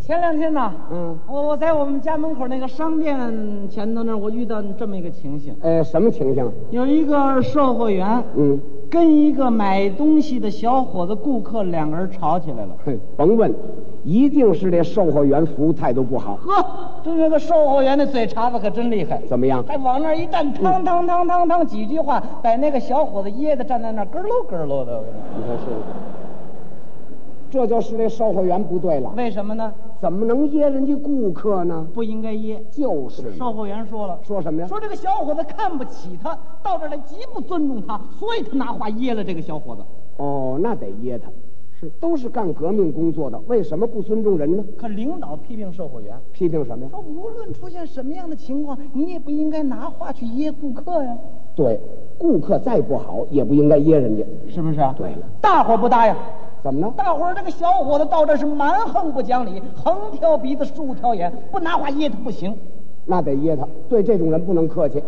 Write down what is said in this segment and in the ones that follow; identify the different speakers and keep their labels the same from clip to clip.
Speaker 1: 前两天呢，
Speaker 2: 嗯
Speaker 1: 我我在我们家门口那个商店前头那儿，我遇到这么一个情形，
Speaker 2: 呃，什么情形？
Speaker 1: 有一个售货员，
Speaker 2: 嗯，
Speaker 1: 跟一个买东西的小伙子顾客两个人吵起来了。
Speaker 2: 嘿，甭问，一定是这售货员服务态度不好。
Speaker 1: 呵，对那个售货员的嘴茬子可真厉害，
Speaker 2: 怎么样？
Speaker 1: 还往那儿一站，嘡嘡嘡嘡嘡，几句话把那个小伙子噎得站在那儿咯喽咯喽的。我跟你
Speaker 2: 你看是，这就是这售货员不对了
Speaker 1: 说，为什么呢？
Speaker 2: 怎么能噎人家顾客呢？
Speaker 1: 不应该噎。
Speaker 2: 就是
Speaker 1: 售货员说了，
Speaker 2: 说什么呀？
Speaker 1: 说这个小伙子看不起他，到这儿来极不尊重他，所以他拿话噎了这个小伙子。
Speaker 2: 哦，那得噎他。是，都是干革命工作的，为什么不尊重人呢？
Speaker 1: 可领导批评售货员
Speaker 2: 批评什么呀？
Speaker 1: 说，无论出现什么样的情况，你也不应该拿话去噎顾客呀，
Speaker 2: 对，顾客再不好也不应该噎人家。
Speaker 1: 是不是啊？
Speaker 2: 对了，
Speaker 1: 大伙儿不答应。
Speaker 2: 怎么呢？
Speaker 1: 大伙儿这个小伙子到这儿是蛮横不讲理，横挑鼻子竖挑眼，不拿话噎他不行。
Speaker 2: 那得噎他。对这种人不能客气。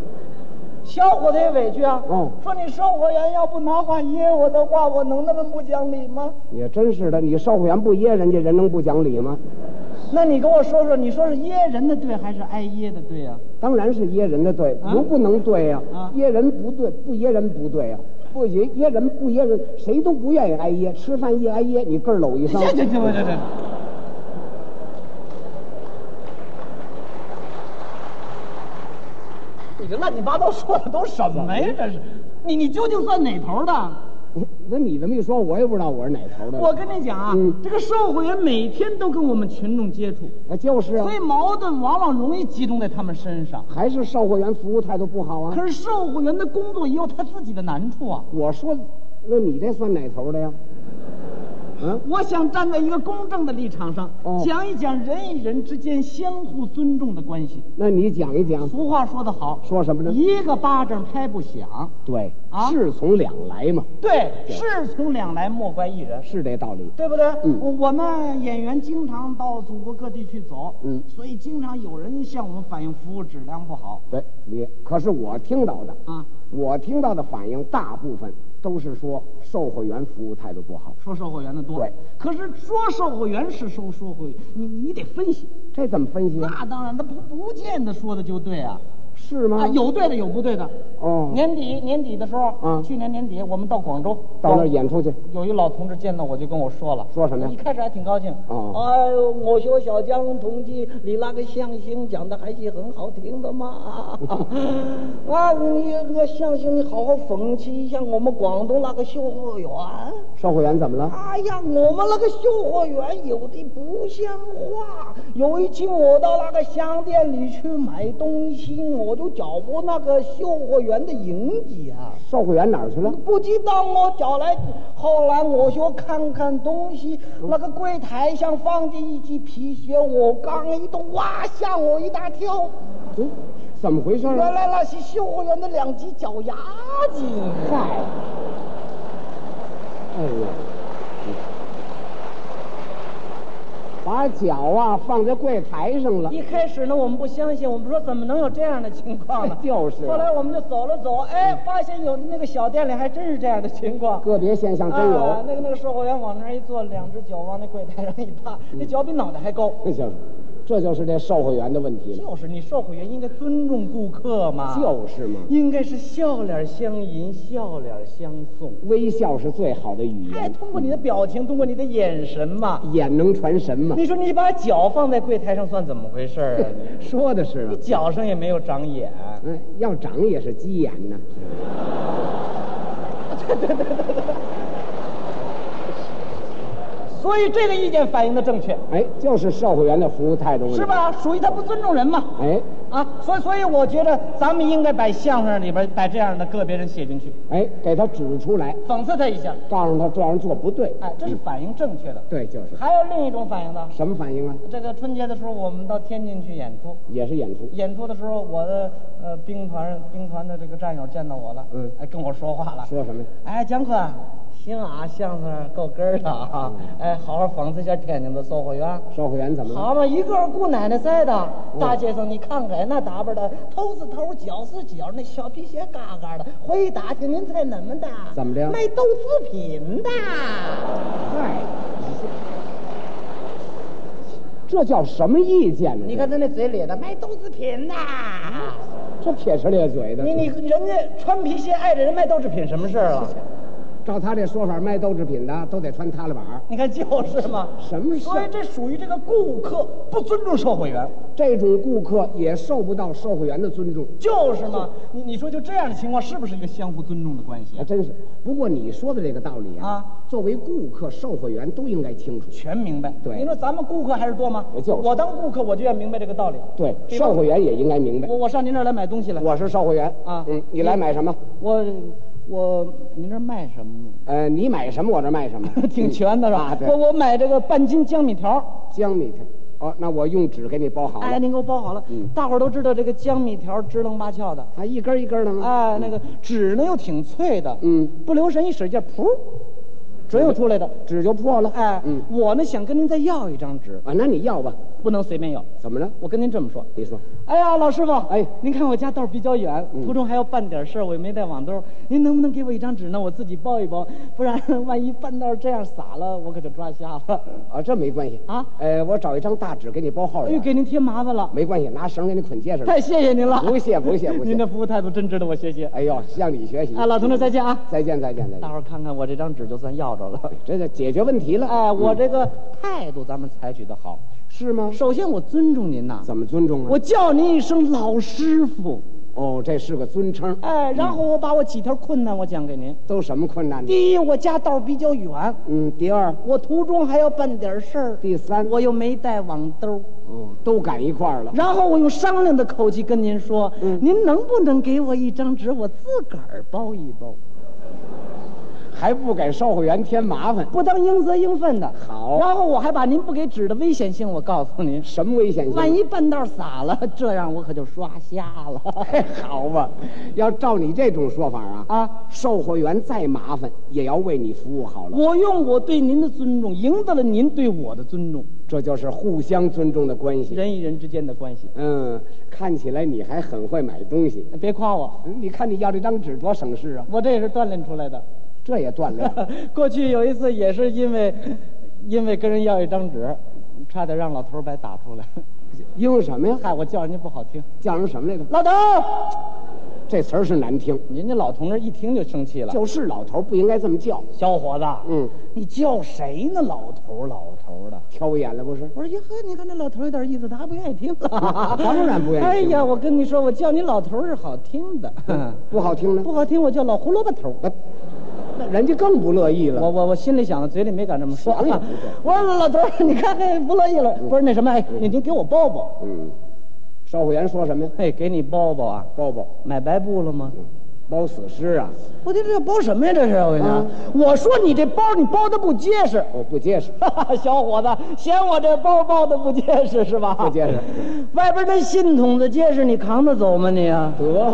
Speaker 1: 小伙子也委屈啊，
Speaker 2: 嗯
Speaker 1: 说你售货员要不拿话噎我的话，我能那么不讲理吗？
Speaker 2: 也真是的，你售货员不噎人家，人能不讲理吗？
Speaker 1: 那你跟我说说，你说是噎人的对还是挨噎的对呀、
Speaker 2: 当然是噎人的对，
Speaker 1: 啊
Speaker 2: 不不能对呀、
Speaker 1: 啊
Speaker 2: 噎人不对，不噎人不对呀、不噎噎人不噎人，谁都不愿意挨噎，吃饭一挨噎，你个儿搂一
Speaker 1: 这
Speaker 2: 声，
Speaker 1: 这这这这， 你这乱七八糟说的都什么呀？这是，你你究竟算哪头的？
Speaker 2: 不是那你这么一说，我也不知道我是哪头的了。
Speaker 1: 我跟你讲啊，
Speaker 2: 嗯
Speaker 1: 这个售货员每天都跟我们群众接触，
Speaker 2: 啊就是啊
Speaker 1: 所，以矛盾往往容易集中在他们身上。
Speaker 2: 还是售货员服务态度不好啊。
Speaker 1: 可是售货员的工作也有他自己的难处啊。
Speaker 2: 我说，那你这算哪头的呀？嗯，
Speaker 1: 我想站在一个公正的立场上，
Speaker 2: 哦
Speaker 1: 讲一讲人与人之间相互尊重的关系。
Speaker 2: 那你讲一讲，
Speaker 1: 俗话说得好，
Speaker 2: 说什么呢？
Speaker 1: 一个巴掌拍不响。
Speaker 2: 对，
Speaker 1: 啊
Speaker 2: 事从两来嘛，
Speaker 1: 对，事从两来，莫怪一人。
Speaker 2: 是这道理。
Speaker 1: 对不对？
Speaker 2: 嗯
Speaker 1: 我我们演员经常到祖国各地去走，
Speaker 2: 嗯
Speaker 1: 所以经常有人向我们反映服务质量不好
Speaker 2: 对，你可是我听到的，
Speaker 1: 啊。
Speaker 2: 我听到的反应大部分都是说售货员服务态度不好，
Speaker 1: 说售货员的多，
Speaker 2: 对。
Speaker 1: 可是说售货员是说说货，你你得分析。
Speaker 2: 这怎么分析啊？
Speaker 1: 那当然，他不不见得说的就对啊。
Speaker 2: 是吗？
Speaker 1: 啊，有对的，有不对的。
Speaker 2: 哦，
Speaker 1: 年底年底的时候，
Speaker 2: 嗯
Speaker 1: 去年年底我们到广州，
Speaker 2: 到那儿演出去，
Speaker 1: 有一老同志见到我就跟我说了，
Speaker 2: 说什么呀
Speaker 1: 一开始还挺高兴，
Speaker 2: 哦
Speaker 1: 哎呦，我学小江同志你那个相声讲的还是很好听的 嘛，啊，你那个相声你好好讽刺一下我们广东那个售货员，
Speaker 2: 售货员怎么了？
Speaker 1: 哎呀，我们那个售货员有的不像话。有一次我到那个商店里去买东西，我就找不那个售货员的影子啊。
Speaker 2: 售货员哪儿去了？
Speaker 1: 不知道我找来，后来我说看看东西，
Speaker 2: 嗯
Speaker 1: 那个柜台上放着一只皮靴，我刚一动，哇，吓我一大跳，
Speaker 2: 嗯，怎么回事
Speaker 1: 原
Speaker 2: 啊？
Speaker 1: 来那是售货员的两只脚丫子。
Speaker 2: 嗨，哎呀，把脚啊放在柜台上了。？
Speaker 1: 一开始呢，我们不相信，我们说怎么能有这样的情况呢
Speaker 2: 哎就是啊嗯
Speaker 1: 后来我们就走了走，哎，发现有的那个小店里还真是这样的情况。
Speaker 2: 个别现象真
Speaker 1: 啊、
Speaker 2: 有，
Speaker 1: 那个那个售货员往那儿一坐，两只脚往那柜台上一搭，
Speaker 2: 嗯
Speaker 1: 那脚比脑袋还高。
Speaker 2: 就是， 这就是这售货员的问题了，
Speaker 1: 就是你售货员应该尊重顾客嘛，
Speaker 2: 就是嘛，
Speaker 1: 应该是笑脸相迎，笑脸相送。
Speaker 2: 微笑是最好的语
Speaker 1: 哎，
Speaker 2: 言，
Speaker 1: 通过你的表情，通过你的眼神嘛。
Speaker 2: 眼能传神嘛，
Speaker 1: 你说你把脚放在柜台上算怎么回事 儿啊？你
Speaker 2: 说的是啊
Speaker 1: 你。脚上也没有长眼。
Speaker 2: 嗯，要长也是鸡眼呢。
Speaker 1: 所以这个意见反映的正确，
Speaker 2: 哎，就是售货员的服务态度问题
Speaker 1: 是？吧？属于他不尊重人嘛，
Speaker 2: 哎
Speaker 1: 啊，所以所以我觉得咱们应该把相声里边把这样的个别人写进去，
Speaker 2: 哎，给他指出来，
Speaker 1: 讽刺他一下，
Speaker 2: 告诉他这样做不对。嗯
Speaker 1: 哎，这是反映正确的。
Speaker 2: 对，就是
Speaker 1: 还有另一种反映呢，
Speaker 2: 什么反应啊？
Speaker 1: 这个春节的时候我们到天津去演出，
Speaker 2: 也是演出。
Speaker 1: 演出的时候我的呃兵团兵团的这个战友见到我了，
Speaker 2: 嗯
Speaker 1: 哎跟我说话了，
Speaker 2: 说什么呀？
Speaker 1: 哎，江哥，行啊，相声够根儿的啊，
Speaker 2: 嗯
Speaker 1: 哎，好好讽刺一下天津的售货员。
Speaker 2: 售货员怎么了？
Speaker 1: 好嘛，一个姑奶奶在的，
Speaker 2: 嗯
Speaker 1: 大街上你看看那打扮的，头是头，脚是脚，那小皮鞋嘎嘎的。回一打听您猜怎么的？
Speaker 2: 怎么嗯着
Speaker 1: 卖豆制品的。
Speaker 2: 嗨，这叫什么意见呢？嗯
Speaker 1: 你看他那嘴咧的，卖豆制品呐、
Speaker 2: 这撇着咧嘴的，
Speaker 1: 你你人家穿皮鞋碍着人卖豆制品什么事儿啊了？
Speaker 2: 照他这说法，卖豆制品的都得穿踏拉板儿，
Speaker 1: 你看就是嘛。
Speaker 2: 什么事
Speaker 1: 所以
Speaker 2: 儿？
Speaker 1: 这属于这个顾客不尊重售货员，
Speaker 2: 这种顾客也受不到售货员的尊重，
Speaker 1: 就是嘛。你你说就这样的情况，是不是一个相互尊重的关系
Speaker 2: 还？真是。不过你说的这个道理啊，
Speaker 1: 啊
Speaker 2: 作为顾客、售货员都应该清楚。
Speaker 1: 全明白。
Speaker 2: 对
Speaker 1: 您说咱们顾客还是多吗？
Speaker 2: 也就是
Speaker 1: 我当顾客，我就要明白这个道理。
Speaker 2: 对，
Speaker 1: 比方
Speaker 2: 售货员也应该明白
Speaker 1: 我。我上您这儿来买东西来，
Speaker 2: 我是售货员
Speaker 1: 啊
Speaker 2: 嗯，你来买什么？
Speaker 1: 我我您这儿卖什么呢？，
Speaker 2: 呃，你买什么我这卖什么
Speaker 1: 挺全的是
Speaker 2: 啊
Speaker 1: 吧？
Speaker 2: 对
Speaker 1: 我我买这个半斤江米条儿，
Speaker 2: 江米条。哦，那我用纸给你包好
Speaker 1: 哎，
Speaker 2: 了，
Speaker 1: 您给我包好了。
Speaker 2: 嗯
Speaker 1: 大伙儿都知道这个江米条儿支棱八翘的，
Speaker 2: 还一根一根的吗？
Speaker 1: 哎，那个纸呢又挺脆的，
Speaker 2: 嗯
Speaker 1: 不留神一使劲，噗，准有出来的。
Speaker 2: 纸就破了。
Speaker 1: 哎，
Speaker 2: 嗯
Speaker 1: 我呢想跟您再要一张纸，
Speaker 2: 啊，那你要吧？
Speaker 1: 不能随便要。
Speaker 2: 怎么着？
Speaker 1: 我跟您这么说，
Speaker 2: 你说，
Speaker 1: 哎呀，老师傅，
Speaker 2: 哎嗯
Speaker 1: 您看我家道儿比较远，途中还要办点事儿，我也没带网兜儿，您能不能给我一张纸呢？我自己包一包，不然 万一半道儿这样洒了，我可就抓瞎了。
Speaker 2: 啊，这没关系
Speaker 1: 啊
Speaker 2: 呃，我找一张大纸给你包号
Speaker 1: 哎
Speaker 2: 里
Speaker 1: 呦，
Speaker 2: 边。
Speaker 1: 给您添麻烦了，
Speaker 2: 没关系，拿绳给你捆结实了
Speaker 1: 太。谢谢您了。
Speaker 2: 不谢不谢不谢
Speaker 1: 您的服务态度真值得我学习。
Speaker 2: 哎呦，向你学习
Speaker 1: 啊，老同志再见啊！
Speaker 2: 再见再见再
Speaker 1: 大
Speaker 2: 见。
Speaker 1: 伙儿看看我这张纸就算要着了。
Speaker 2: 这个解决问题了，
Speaker 1: 哎，我这个态度咱们采取的好，
Speaker 2: 是吗？
Speaker 1: 首先我尊重您呐，
Speaker 2: 怎么尊重啊？
Speaker 1: 我叫您一声老师傅，
Speaker 2: 哦，这是个尊称。
Speaker 1: 哎，然后我把我几条困难我讲给您。
Speaker 2: 都什么困难呢？
Speaker 1: 第一，我家道比较远，
Speaker 2: 嗯，第二、
Speaker 1: 我途中还要办点事儿，
Speaker 2: 第三，
Speaker 1: 我又没带网兜儿。
Speaker 2: 哦，都赶一块儿了。
Speaker 1: 然后我用商量的口气跟您说：“您能不能给我一张纸，我自个儿包一包，
Speaker 2: 还不给售货员添麻烦，
Speaker 1: 不当应责应分的。”
Speaker 2: 好
Speaker 1: 然后我还把您不给纸的危险性我告诉您，
Speaker 2: 什么危险性？
Speaker 1: 万一半道洒了， 这样我可就刷瞎 了。
Speaker 2: 嘿哎好吧，要照你这种说法啊，
Speaker 1: 啊，
Speaker 2: 售货员再麻烦也要为你服务好了，
Speaker 1: 我用我对您的尊重，赢得了您对我的尊重，
Speaker 2: 这就是互相尊重的关系。
Speaker 1: 人与人之间的关系。
Speaker 2: 嗯，看起来你还很会买东西。
Speaker 1: 别夸我，
Speaker 2: 嗯你看你要这张纸多省事啊，
Speaker 1: 我这也是锻炼出来的。
Speaker 2: 这也锻炼。
Speaker 1: 过去有一次也是因为，因为跟人要一张纸，差点让老头儿白打出来。
Speaker 2: 因为什么呀？
Speaker 1: 嗨，我叫人家不好听，
Speaker 2: 叫人什么来着？
Speaker 1: 老头儿，
Speaker 2: 这词儿是难听，
Speaker 1: 人家老同志一听就生气了。
Speaker 2: 就是老头儿不应该这么叫，
Speaker 1: 小伙子，
Speaker 2: 嗯，
Speaker 1: 你叫谁呢？老头儿，老头儿的。
Speaker 2: 挑眼了不是？
Speaker 1: 我说哟呵，你看这老头儿有点意思，他还不愿意 听了。
Speaker 2: 当然不愿意听
Speaker 1: 哎呀，我跟你说，我叫你老头儿是好听的，
Speaker 2: 不好听呢
Speaker 1: 不，好听我叫老胡萝卜头儿。
Speaker 2: 那人家更不乐意
Speaker 1: 我
Speaker 2: 了。
Speaker 1: 我我心里想的，嘴里没敢这么说。啊
Speaker 2: 想也不嗯对
Speaker 1: 我说老头儿，你看这不乐意了。不是那什么，哎，你您给我包包，
Speaker 2: 嗯，售货员说什么呀？
Speaker 1: 哎，给你包包啊。
Speaker 2: 包包，
Speaker 1: 买白布了
Speaker 2: 嗯
Speaker 1: 吗？
Speaker 2: 包死尸啊！
Speaker 1: 我这这包什么呀？这是我跟你
Speaker 2: 啊
Speaker 1: 讲，我说你这包你包的不结实，
Speaker 2: 哦，不结实。
Speaker 1: 哈哈，小伙子，嫌我这包包的不结实是吧？
Speaker 2: 不结实，
Speaker 1: 外边那信筒子结实，你扛得走吗你啊？
Speaker 2: 得，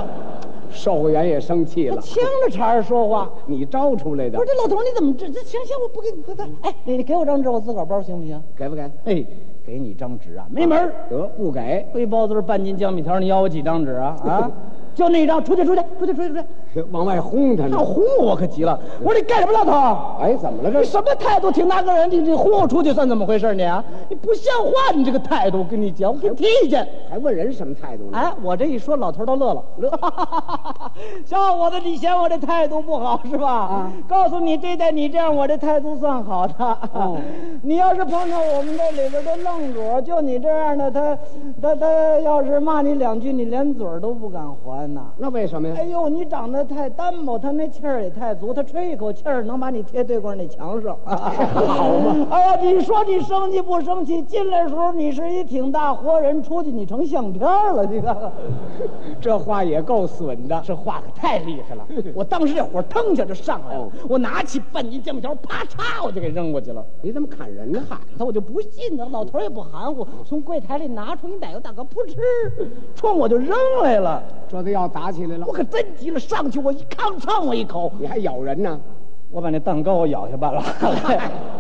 Speaker 2: 售货员也生气了。
Speaker 1: 呛着茬儿说话。
Speaker 2: 你招出来的
Speaker 1: 不是，这老头儿你怎么这这行行，我不给你不不，哎，你你给我张纸，我自个儿包行不行？
Speaker 2: 给不给？
Speaker 1: 哎，给你张纸啊，没门儿！
Speaker 2: 得，不给。
Speaker 1: 背包都是半斤江米条，你要我几张纸啊？ 啊，就那一张，出去出去出去出去出去！
Speaker 2: 往外轰他呢
Speaker 1: 他。轰我，我可急了。我说你干什么，老头儿？
Speaker 2: 哎，怎么了这
Speaker 1: 你
Speaker 2: 是？
Speaker 1: 什么态度？挺大个人，你你轰我出去算怎么回事？你啊，你不像话！你这个态度，我跟你讲，我给你提意见。
Speaker 2: 还问人什么态度呢？
Speaker 1: 哎，我这一说，老头儿都乐 了，乐。小伙子，你嫌我这态度不好是吧？
Speaker 2: 啊
Speaker 1: 告诉你，对待你这样，我这态度算好的。
Speaker 2: 哦
Speaker 1: 你要是碰上我们这里边的愣主儿，就你这样的，他他他要是骂你两句，你连嘴儿都不敢还呐。
Speaker 2: 那为什么
Speaker 1: 哎
Speaker 2: 呀？
Speaker 1: 呦，你长得太单薄，他那气儿也太足，他吹一口气儿能把你贴对过那墙上， 好嘛？哎呀，你说你生气不生气？进来的时候你是一挺大活人，出去你成相片儿了，你看看。
Speaker 2: 这话也够损的。
Speaker 1: 这话可太厉害 了！我当时这火腾一下就上来了
Speaker 2: 哦，
Speaker 1: 我拿起半斤酱米条，啪嚓我就给扔过去了。
Speaker 2: 你怎么砍人呢？
Speaker 1: 他我就不信呢，老头儿也不含糊，从柜台里拿出一奶油大哥，噗嗤，冲我就扔来了。
Speaker 2: 这都要打起来了
Speaker 1: 我，可真急了，上去我一炕蹭我一口，
Speaker 2: 你还咬人呢？
Speaker 1: 我把那蛋糕我咬下半拉了。